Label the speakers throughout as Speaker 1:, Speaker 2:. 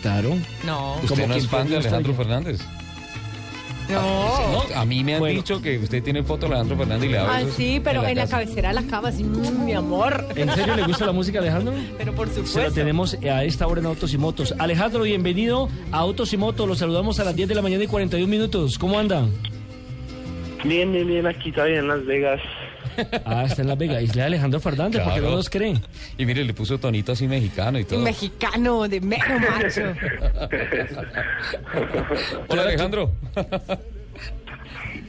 Speaker 1: Claro.
Speaker 2: no,
Speaker 3: Usted
Speaker 1: Como
Speaker 3: no
Speaker 1: que
Speaker 3: es fan de
Speaker 1: encuentra
Speaker 3: Alejandro Fernández. Ah,
Speaker 2: no.
Speaker 3: No, a mí me han
Speaker 1: Bueno.
Speaker 3: dicho que usted tiene foto de Alejandro Fernández y le da
Speaker 2: Ah,
Speaker 3: besos
Speaker 2: sí, pero en la,
Speaker 3: casa.
Speaker 2: cabecera de la cama, así, mm, mi amor.
Speaker 1: ¿En serio le gusta la música, Alejandro?
Speaker 2: Pero por
Speaker 1: Se lo
Speaker 2: supuesto.
Speaker 1: tenemos a esta hora en Autos y Motos. Alejandro, bienvenido a Autos y Motos. Los saludamos a las 10 de la mañana y 41 minutos. ¿Cómo anda?
Speaker 4: Bien, bien, bien, aquí está bien en Las Vegas.
Speaker 1: Ah, está en Las Vegas. Isla de Alejandro Fernández, porque
Speaker 3: Claro.
Speaker 1: no nos creen.
Speaker 3: Y mire, le puso tonito así mexicano y todo.
Speaker 2: Mexicano, de mero macho.
Speaker 3: Hola Alejandro.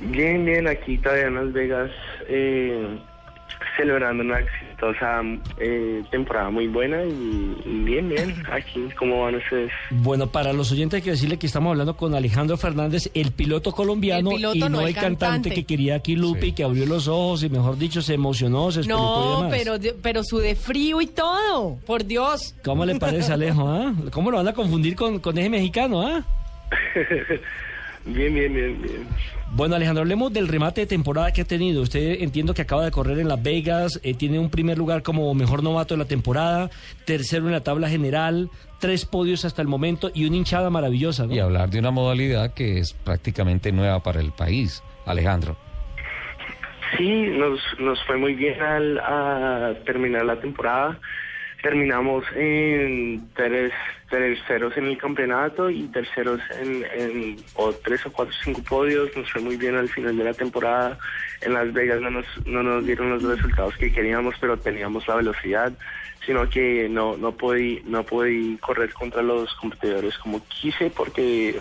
Speaker 4: Bien, bien, aquí está bien en Las Vegas, eh, celebrando una exitosa eh, temporada muy buena y y bien, bien, aquí, ¿cómo van ustedes?
Speaker 1: Bueno, para los oyentes hay que decirle que estamos hablando con Alejandro Fernández, el piloto colombiano
Speaker 2: El piloto,
Speaker 1: y no,
Speaker 2: no
Speaker 1: el
Speaker 2: el
Speaker 1: cantante,
Speaker 2: cantante.
Speaker 1: que quería aquí Lupe y que abrió los ojos y mejor dicho se emocionó, se espelucó Pues, y
Speaker 2: No,
Speaker 1: demás.
Speaker 2: pero, de- pero sudé frío y todo. Por Dios.
Speaker 1: ¿Cómo le parece, Alejo? ah? ¿Cómo lo van a confundir con, con ese mexicano? ah?
Speaker 4: Bien, bien, bien, bien.
Speaker 1: Bueno, Alejandro, hablemos del remate de temporada que ha tenido. Usted entiendo que acaba de correr en Las Vegas, eh, tiene un primer lugar como mejor novato de la temporada, tercero en la tabla general, tres podios hasta el momento y una hinchada maravillosa. ¿no?
Speaker 3: Y hablar de una modalidad que es prácticamente nueva para el país, Alejandro.
Speaker 4: Sí, nos, nos fue muy bien al a terminar la temporada. Terminamos en tres, terceros en el campeonato y terceros en, en o tres o cuatro cinco podios. Nos fue muy bien al final de la temporada. En Las Vegas no nos, no nos dieron los resultados que queríamos, pero teníamos la velocidad, sino que no, no podí, no podí correr contra los competidores como quise porque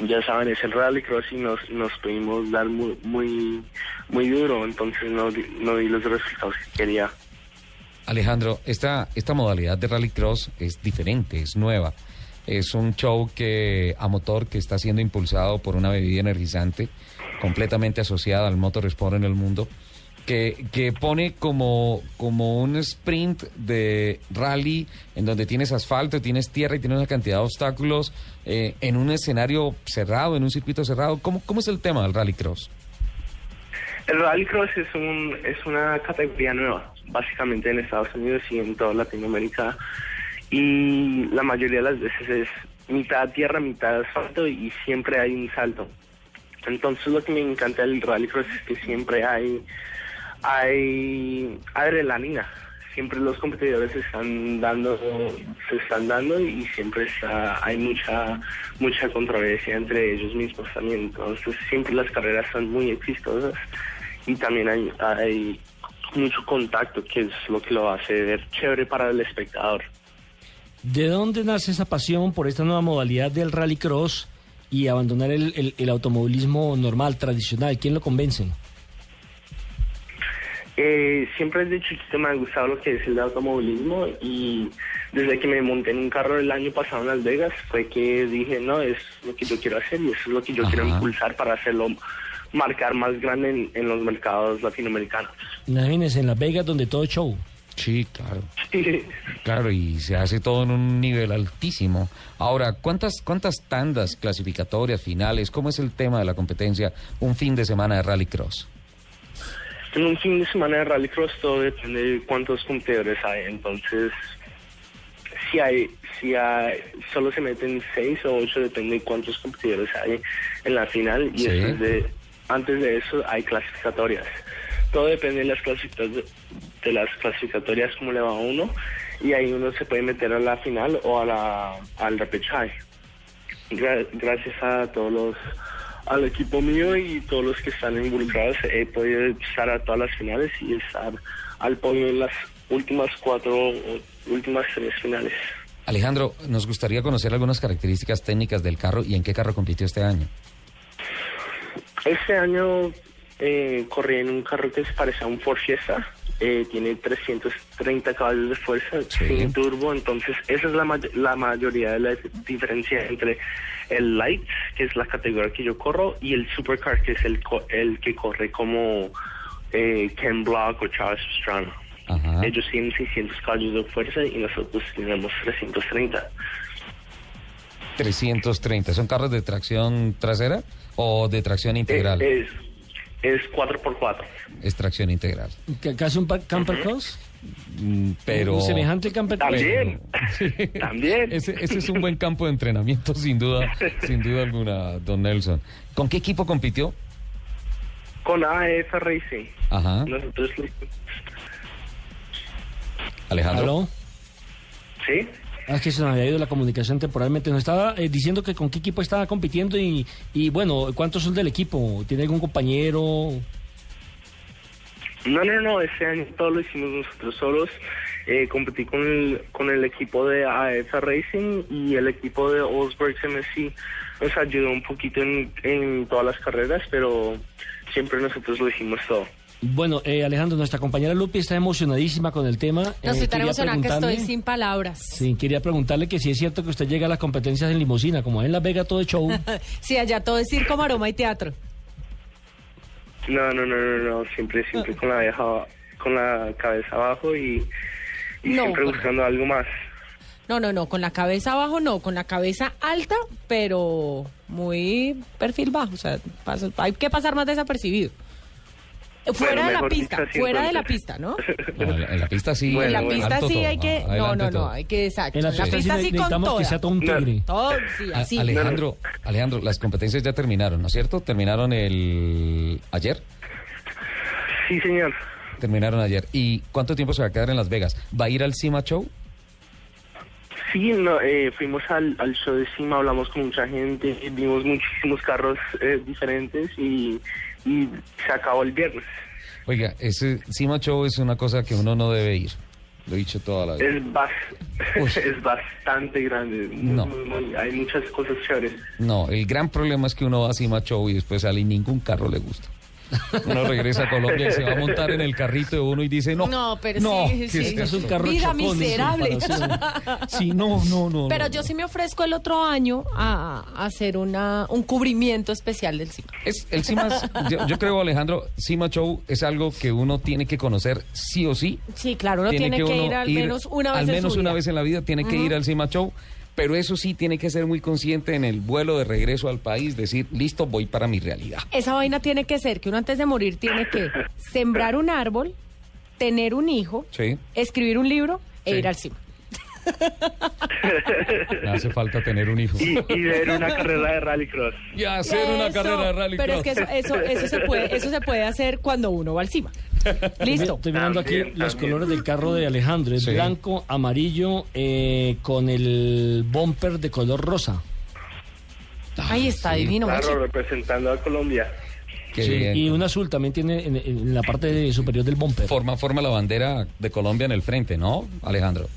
Speaker 4: ya saben, es el rallycross y nos, nos pudimos dar muy, muy, muy duro, entonces no, di- no di los resultados que quería.
Speaker 3: Alejandro, esta, esta modalidad de rallycross es diferente, es nueva. Es un show que a motor que está siendo impulsado por una bebida energizante completamente asociada al motorsport en el mundo, que, que pone como, como un sprint de rally en donde tienes asfalto, tienes tierra y tienes una cantidad de obstáculos eh, en un escenario cerrado, en un circuito cerrado. ¿Cómo, cómo es el tema del rallycross?
Speaker 4: El rallycross es, un, es una categoría nueva, básicamente en Estados Unidos y en toda Latinoamérica. Y la mayoría de las veces es mitad tierra, mitad asfalto y siempre hay un salto. Entonces lo que me encanta del rallycross es que siempre hay, hay adrenalina. Siempre los competidores se están dando, se están dando y siempre está, hay mucha, mucha controversia entre ellos mismos también. Entonces siempre las carreras son muy exitosas y también hay, hay mucho contacto que es lo que lo hace ver chévere para el espectador.
Speaker 1: ¿De dónde nace esa pasión por esta nueva modalidad del rallycross y abandonar el, el- el automovilismo normal, tradicional? ¿Quién lo convence?
Speaker 4: Eh, siempre desde chiquito me ha gustado lo que es el automovilismo y desde que me monté en un carro el año pasado en Las Vegas fue que dije, no, es lo que yo quiero hacer y eso es lo que yo quiero
Speaker 3: Ajá.
Speaker 4: impulsar para hacerlo marcar más grande en, en los mercados latinoamericanos.
Speaker 1: Imagínense, en Las Vegas donde todo es show.
Speaker 3: Sí, claro. Claro, y se hace todo en un nivel altísimo. Ahora, ¿cuántas, cuántas tandas clasificatorias, finales? ¿Cómo es el tema de la competencia un fin de semana de rallycross?
Speaker 4: en un fin de semana de rallycross todo depende de cuántos competidores hay, entonces si hay, si hay, solo se meten seis o ocho, depende de cuántos competidores hay en la final. Y
Speaker 3: Sí.
Speaker 4: después de- antes de eso hay clasificatorias. Todo depende de las, clasifica- de las clasificatorias, cómo le va a uno. Y ahí uno se puede meter a la final o a la, al repechaje. Gra- gracias a todos los al equipo mío y todos los que están involucrados he podido estar a todas las finales y estar al podio en las últimas cuatro o últimas tres finales
Speaker 3: Alejandro, nos gustaría conocer algunas características técnicas del carro y en qué carro compitió este año.
Speaker 4: este año eh, corrí en un carro que se parece a un Ford Fiesta eh, tiene 330 caballos de fuerza sin turbo, entonces esa es la, may- la mayoría de la diferencia entre el light, que es la categoría que yo corro, y el supercar, que es el, co- el que corre como eh, Ken Block o Charles Strano.
Speaker 3: Ajá.
Speaker 4: Ellos tienen 600 caballos de fuerza y nosotros tenemos 330.
Speaker 3: 330. ¿Son carros de tracción trasera o de tracción integral?
Speaker 4: Eh, Es, es 4x4.
Speaker 3: Es tracción integral.
Speaker 1: ¿Ca- ¿Casi un pa- camper cross?
Speaker 3: Mm, Pero...
Speaker 1: ¿Un semejante camper cross?
Speaker 4: También. También.
Speaker 3: Ese, ese es un buen campo de entrenamiento, sin duda, sin duda alguna, don Nelson. ¿Con qué equipo compitió?
Speaker 4: Con AF Racing.
Speaker 3: Ajá.
Speaker 4: Nosotros.
Speaker 3: Alejandro.
Speaker 1: ¿Aló?
Speaker 4: ¿Sí?
Speaker 1: Ah, es que se nos había ido la comunicación temporalmente. Nos estaba eh, diciendo que con qué equipo estaba compitiendo y, y, bueno, ¿cuántos son del equipo? ¿Tiene algún compañero?
Speaker 4: No, no, no. Ese año todo lo hicimos nosotros solos. Eh, competí con el, con el equipo de AF Racing y el equipo de Osberg MSC. Nos ayudó un poquito en, en todas las carreras, pero siempre nosotros lo hicimos todo.
Speaker 1: Bueno, eh, Alejandro, nuestra compañera Lupi está emocionadísima con el tema.
Speaker 2: No
Speaker 1: Eh,
Speaker 2: estoy tan
Speaker 1: quería
Speaker 2: emocionada que estoy
Speaker 1: preguntarle-
Speaker 2: sin palabras.
Speaker 1: Sí, quería preguntarle que si es cierto que usted llega a las competencias en limusina, como en Las Vegas todo es show.
Speaker 2: Sí, allá todo es circo, maroma y teatro.
Speaker 4: No, no, no, no, no. Siempre, siempre con la, vieja- con la cabeza abajo y, y
Speaker 2: No,
Speaker 4: siempre
Speaker 2: por-
Speaker 4: buscando algo más.
Speaker 2: No, no, no, con la cabeza abajo no, con la cabeza alta, pero muy perfil bajo. O sea, pasa- hay que pasar más desapercibido. Eh, Fuera
Speaker 4: Bueno,
Speaker 2: de la
Speaker 4: mejor
Speaker 2: pista,
Speaker 4: dicho, así
Speaker 2: fuera de la
Speaker 4: entonces.
Speaker 2: pista, ¿no?
Speaker 3: No, en la- en la pista sí.
Speaker 4: Bueno,
Speaker 2: en la
Speaker 4: bueno.
Speaker 2: pista
Speaker 3: adelante
Speaker 2: sí
Speaker 3: todo.
Speaker 2: hay que.
Speaker 3: Ah,
Speaker 2: No,
Speaker 3: adelante
Speaker 2: no, no,
Speaker 3: todo.
Speaker 2: hay que. Exacto.
Speaker 1: En la pista sí
Speaker 2: sí con
Speaker 1: necesitamos
Speaker 2: toda.
Speaker 1: que sea todo un
Speaker 4: No.
Speaker 1: tigre.
Speaker 2: Todo, sí,
Speaker 3: A-
Speaker 2: así.
Speaker 3: Alejandro, Alejandro, las competencias ya terminaron, ¿no es cierto? Terminaron el ayer,
Speaker 4: Sí, señor.
Speaker 3: terminaron ayer. ¿Y cuánto tiempo se va a quedar en Las Vegas? ¿Va a ir al Cima Show?
Speaker 4: Sí, no, eh, fuimos al, al show de Cima, hablamos con mucha gente, vimos muchísimos carros eh, diferentes y, y se acabó el viernes.
Speaker 3: Oiga, ese Cima Show es una cosa que uno no debe ir. Lo he dicho toda la vida.
Speaker 4: Es, bas-
Speaker 3: Uy.
Speaker 4: es bastante grande, muy,
Speaker 3: No.
Speaker 4: muy, muy- hay muchas cosas chéveres.
Speaker 3: No, el gran problema es que uno va a Cima Show y después sale y ningún carro le gusta. Uno regresa a Colombia y se va a montar en el carrito de uno y dice, no,
Speaker 2: No, pero sí,
Speaker 3: ¿qué
Speaker 2: sí.
Speaker 3: es
Speaker 1: Este es un
Speaker 3: esto?
Speaker 1: carro
Speaker 2: Vida
Speaker 1: chocón en
Speaker 2: miserable.
Speaker 1: comparación.
Speaker 3: Sí, no, no, no.
Speaker 2: Pero
Speaker 3: no,
Speaker 2: yo
Speaker 3: no.
Speaker 2: sí me ofrezco el otro año a, a hacer una, un cubrimiento especial del ciclo.
Speaker 3: Es, el Cimas, yo, yo creo, Alejandro, Cima Show es algo que uno tiene que conocer sí o sí.
Speaker 2: Sí, claro, uno tiene, que,
Speaker 3: uno
Speaker 2: ir al menos una vez
Speaker 3: al
Speaker 2: en
Speaker 3: menos
Speaker 2: su
Speaker 3: una
Speaker 2: vida.
Speaker 3: vez en la vida tiene que ir al Cima Show. Pero eso sí, tiene que ser muy consciente en el vuelo de regreso al país, decir, listo, voy para mi realidad.
Speaker 2: Esa vaina tiene que ser que uno antes de morir tiene que sembrar un árbol, tener un hijo,
Speaker 3: Sí.
Speaker 2: escribir un libro e
Speaker 3: Sí.
Speaker 2: ir al cima.
Speaker 3: Me hace falta tener un hijo.
Speaker 4: Y, y ver una carrera de rallycross.
Speaker 3: Y hacer una
Speaker 2: Eso,
Speaker 3: carrera de rally.
Speaker 2: Pero es que
Speaker 3: cross.
Speaker 2: eso, eso, eso se puede, eso se puede hacer cuando uno va al cima. Listo.
Speaker 1: Estoy mirando aquí
Speaker 4: También,
Speaker 1: los
Speaker 4: también.
Speaker 1: colores del carro de Alejandro. Es
Speaker 3: Sí.
Speaker 1: blanco, amarillo, eh, con el bumper de color rosa.
Speaker 2: Ahí está divino.
Speaker 4: Claro,
Speaker 2: macho.
Speaker 4: representando a Colombia.
Speaker 3: Qué
Speaker 1: Sí,
Speaker 3: bien.
Speaker 1: Y un azul también tiene en, en la parte de- superior del bumper.
Speaker 3: Forma, forma la bandera de Colombia en el frente, ¿no, Alejandro?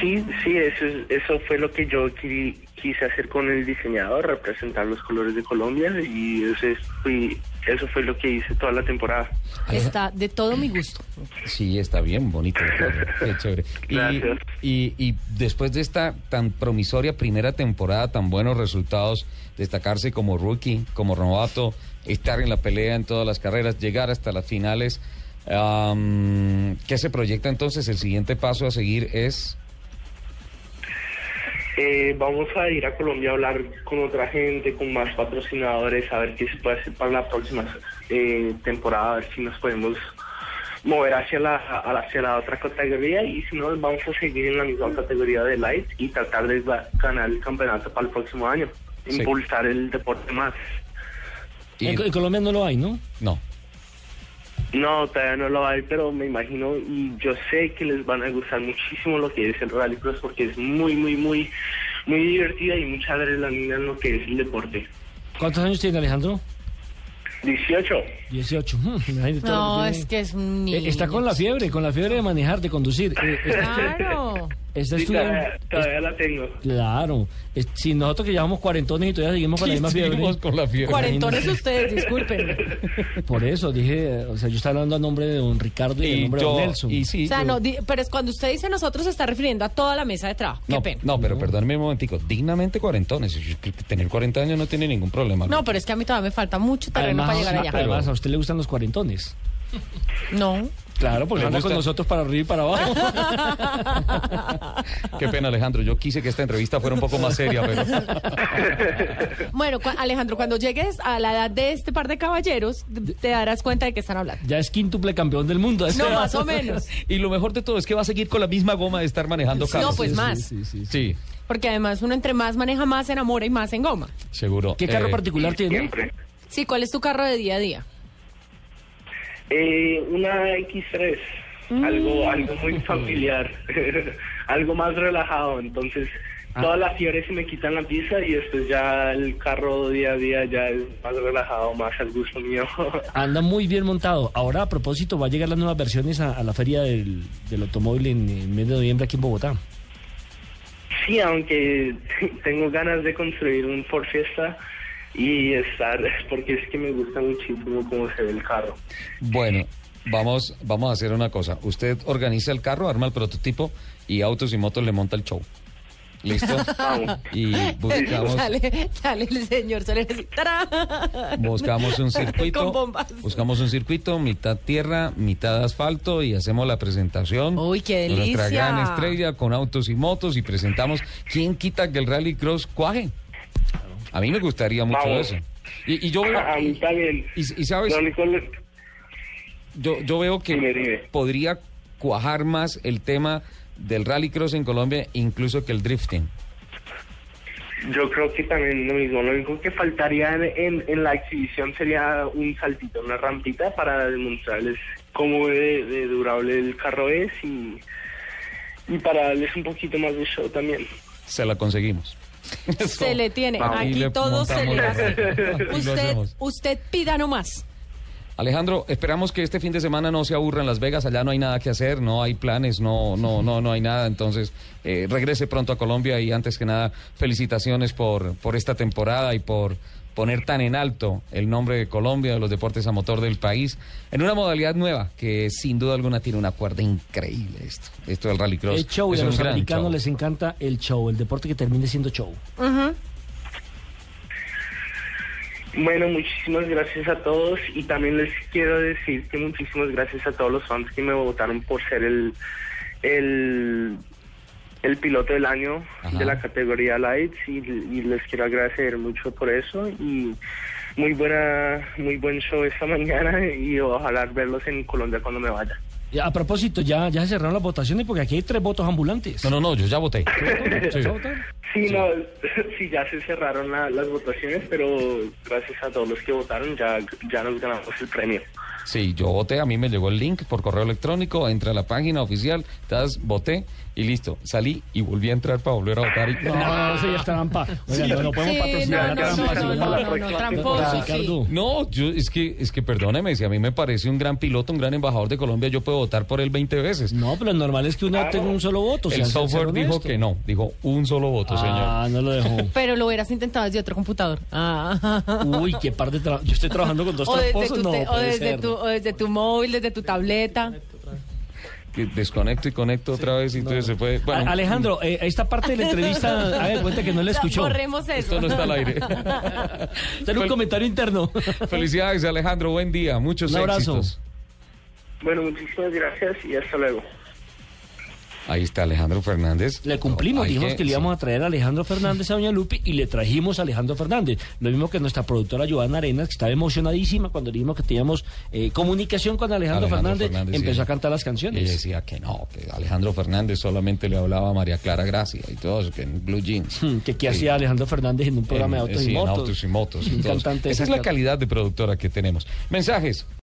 Speaker 4: Sí, sí, eso, es- eso fue lo que yo qui- quise hacer con el diseñador, representar los colores de Colombia y eso, es- fui- eso fue lo que hice toda la temporada.
Speaker 2: Está de todo mi gusto.
Speaker 3: Sí, está bien bonito. el carro. Qué chévere. Y-
Speaker 4: Gracias.
Speaker 3: Y, y después de esta tan promisoria primera temporada, tan buenos resultados, destacarse como rookie, como novato, estar en la pelea en todas las carreras, llegar hasta las finales, am, ¿qué se proyecta entonces? El siguiente paso a seguir es...
Speaker 4: Eh, vamos a ir a Colombia a hablar con otra gente, con más patrocinadores, a ver qué se puede hacer para la próxima eh, temporada, a ver si nos podemos mover hacia la, a- hacia la otra categoría y si no, vamos a seguir en la misma categoría de Light y tratar de ga- ganar el campeonato para el próximo año,
Speaker 3: Sí.
Speaker 4: impulsar el deporte más.
Speaker 3: y-
Speaker 1: En, en Colombia no lo hay, ¿no?
Speaker 3: no.
Speaker 4: No, todavía no lo hay, pero me imagino y yo sé que les van a gustar muchísimo lo que es el rallycross porque es muy, muy, muy, muy divertida y mucha adrenalina en lo que es el deporte.
Speaker 1: ¿Cuántos años tiene Alejandro?
Speaker 4: 18. 18.
Speaker 1: 18. Hmm, imagínate todo Eh, lo
Speaker 2: No,
Speaker 1: tiene.
Speaker 2: es que es un niño.
Speaker 1: Eh, Está con la fiebre, con la fiebre de manejar, de conducir. Eh, está-
Speaker 2: Claro.
Speaker 1: Está
Speaker 4: Sí,
Speaker 1: estudiando-
Speaker 4: todavía, todavía la tengo.
Speaker 1: Claro, es- si nosotros que llevamos cuarentones y todavía seguimos con la misma fiebre.
Speaker 3: Seguimos con la fiebre.
Speaker 2: Cuarentones ustedes, disculpen.
Speaker 1: Por eso dije, o sea, yo estaba hablando a nombre de don Ricardo y, a
Speaker 3: Y
Speaker 1: nombre
Speaker 3: yo-
Speaker 1: de don Nelson.
Speaker 3: y sí,
Speaker 2: O sea,
Speaker 3: yo-
Speaker 2: no, di- pero es cuando usted dice nosotros se está refiriendo a toda la mesa de trabajo. Qué
Speaker 3: no,
Speaker 2: pena.
Speaker 3: no, pero perdóneme un momentico, dignamente cuarentones, yo creo que tener 40 años no tiene ningún problema.
Speaker 2: No, pero es que a mí todavía me falta mucho terreno
Speaker 1: además,
Speaker 2: para llegar allá.
Speaker 1: además, a usted le gustan los cuarentones.
Speaker 2: No.
Speaker 1: Claro, porque
Speaker 3: Le
Speaker 1: anda
Speaker 3: gusta-
Speaker 1: con nosotros para arriba y para abajo.
Speaker 3: Qué pena, Alejandro, yo quise que esta entrevista fuera un poco más seria, pero...
Speaker 2: Bueno, cua- Alejandro, cuando llegues a la edad de este par de caballeros, te- te darás cuenta de qué están hablando.
Speaker 1: ya es quíntuple campeón del mundo.
Speaker 2: No, más o menos.
Speaker 3: Y lo mejor de todo es que va a seguir con la misma goma de estar manejando carros.
Speaker 2: No, pues más.
Speaker 1: Sí, sí, sí.
Speaker 3: Sí,
Speaker 2: Porque además uno entre más maneja, más se enamora y más se engoma.
Speaker 3: seguro.
Speaker 1: ¿Qué carro
Speaker 3: Eh,
Speaker 1: particular tiene?
Speaker 4: Siempre.
Speaker 2: Sí, ¿cuál es tu carro de día a día?
Speaker 4: Eh, una X3, algo, algo muy familiar, algo más relajado. Entonces,
Speaker 1: Ah.
Speaker 4: todas las fiebres se me quitan la pista y después ya el carro día a día ya es más relajado, más al gusto mío.
Speaker 1: Anda muy bien montado. Ahora, a propósito, va a llegar las nuevas versiones a, a la feria del, del automóvil en el mes de noviembre aquí en Bogotá.
Speaker 4: sí, aunque tengo ganas de construir un Ford Fiesta y estar, porque es que me gusta muchísimo cómo se ve el carro.
Speaker 3: Bueno, vamos, vamos a hacer una cosa. Usted organiza el carro, arma el prototipo y Autos y Motos le monta el show. ¿Listo?
Speaker 4: Vamos.
Speaker 3: Y buscamos,
Speaker 2: Sale, sale el señor Soler así, ¡tarán!
Speaker 3: buscamos un
Speaker 2: Con
Speaker 3: circuito.
Speaker 2: bombas.
Speaker 3: Buscamos un circuito, mitad tierra, mitad asfalto y hacemos la presentación.
Speaker 2: Uy, qué
Speaker 3: Con Nuestra
Speaker 2: delicia.
Speaker 3: gran estrella con Autos y Motos y presentamos. ¿Quién quita que el Rally Cross cuaje? A mí me gustaría mucho
Speaker 4: Vamos. Ah,
Speaker 3: eso. Y, y yo veo-
Speaker 4: A mí también.
Speaker 3: y- y sabes-
Speaker 4: Lo único le-
Speaker 3: Yo, yo veo que
Speaker 4: Dime, dime.
Speaker 3: podría cuajar más el tema del rallycross en Colombia, incluso que el drifting.
Speaker 4: Yo creo que también lo mismo. Lo único que faltaría en, en- en la exhibición sería un saltito, una rampita para demostrarles cómo de, de durable el carro es y, y para darles un poquito más de show también.
Speaker 3: Se la conseguimos.
Speaker 2: Se le tiene.
Speaker 3: Vamos. Y
Speaker 2: Aquí
Speaker 3: le
Speaker 2: todo se le
Speaker 3: montamos
Speaker 2: hace.
Speaker 3: la- y lo
Speaker 2: Usted,
Speaker 3: hacemos.
Speaker 2: usted pida nomás.
Speaker 3: Alejandro, esperamos que este fin de semana no se aburra en Las Vegas. Allá no hay nada que hacer, no hay planes, no, no, no, no hay nada. Entonces, eh, regrese pronto a Colombia y antes que nada, felicitaciones por, por esta temporada y por poner tan en alto el nombre de Colombia, de los deportes a motor del país, en una modalidad nueva que sin duda alguna tiene una cuerda increíble esto, esto del rallycross.
Speaker 1: El show, y
Speaker 3: es
Speaker 1: a
Speaker 3: un
Speaker 1: los
Speaker 3: gran
Speaker 1: americanos
Speaker 3: show.
Speaker 1: les encanta el show, el deporte que termine siendo show.
Speaker 4: Bueno, muchísimas gracias a todos y también les quiero decir que muchísimas gracias a todos los fans que me votaron por ser el, el, el piloto del año
Speaker 3: Ajá.
Speaker 4: de la categoría Lights y, y les quiero agradecer mucho por eso y muy buena, muy buen show esta mañana y ojalá verlos en Colombia cuando me vaya.
Speaker 1: Y A propósito, ya, ya se cerraron las votaciones porque aquí hay tres votos ambulantes.
Speaker 3: No, no, no, yo ya voté. Sí.
Speaker 1: ¿Ya votaron?
Speaker 4: Sí, no, sí, ya se cerraron la- las votaciones, pero gracias a todos los que votaron ya, ya nos ganamos el premio.
Speaker 3: Sí, yo voté, a mí me llegó el link por correo electrónico, entra a la página oficial, das, voté y listo. Salí y volví a entrar para volver a votar. y-
Speaker 1: No, no, no, sí, es trampa. Oiga, no, no podemos
Speaker 2: Sí, no,
Speaker 1: patrocinar
Speaker 2: no,
Speaker 1: la
Speaker 2: no,
Speaker 1: trampa.
Speaker 2: no,
Speaker 1: sí.
Speaker 2: no, no, no, tramposo, sí.
Speaker 1: Ricardo.
Speaker 3: No, yo es que es que perdóneme, si a mí me parece un gran piloto, un gran embajador de Colombia, yo puedo votar por él 20 veces.
Speaker 1: No, pero lo normal es que uno tenga un solo voto.
Speaker 3: el software dijo que no, dijo un solo voto,
Speaker 1: Ah, no lo dejó.
Speaker 2: Pero lo hubieras intentado desde otro computador. Ah.
Speaker 1: Uy, qué par de trabajo. Yo estoy trabajando con dos
Speaker 2: O desde,
Speaker 1: tramposos,
Speaker 2: tu,
Speaker 1: no
Speaker 2: te- o
Speaker 1: puede
Speaker 2: desde
Speaker 1: ser.
Speaker 2: tu- o desde tu móvil, desde tu tableta.
Speaker 3: señor. Que desconecto y conecto otra vez y entonces se puede.
Speaker 1: A-
Speaker 3: Bueno,
Speaker 1: Alejandro, eh, esta parte de la entrevista, haga de cuenta que no la
Speaker 2: O sea,
Speaker 1: escuchó.
Speaker 2: Borremos eso.
Speaker 3: esto no está al aire.
Speaker 1: Está en un comentario interno.
Speaker 3: Felicidades, Alejandro, buen día, muchos
Speaker 1: Un abrazo.
Speaker 3: éxitos.
Speaker 4: Bueno, muchísimas gracias y hasta luego.
Speaker 3: Ahí está Alejandro Fernández.
Speaker 1: Le cumplimos,
Speaker 3: Hay
Speaker 1: dijimos que le íbamos
Speaker 3: sí.
Speaker 1: a traer a Alejandro Fernández a Doña Lupe y le trajimos a Alejandro Fernández. Lo mismo que nuestra productora Joana Arenas, que estaba emocionadísima cuando dijimos que teníamos eh, comunicación con Alejandro, Fernández, empezó
Speaker 3: sí.
Speaker 1: a cantar las canciones.
Speaker 3: Y ella decía que no, que Alejandro Fernández solamente le hablaba a María Clara Gracia y todo eso, que en Blue Jeans.
Speaker 1: Hmm, que qué
Speaker 3: Sí.
Speaker 1: hacía Alejandro Fernández en un programa
Speaker 3: En- eh,
Speaker 1: de autos,
Speaker 3: sí,
Speaker 1: y
Speaker 3: en
Speaker 1: motos.
Speaker 3: Autos y Motos. y
Speaker 1: Un
Speaker 3: todo eso.
Speaker 1: cantante de
Speaker 3: Esa es
Speaker 1: esas
Speaker 3: la
Speaker 1: car-
Speaker 3: calidad de productora que tenemos. Mensajes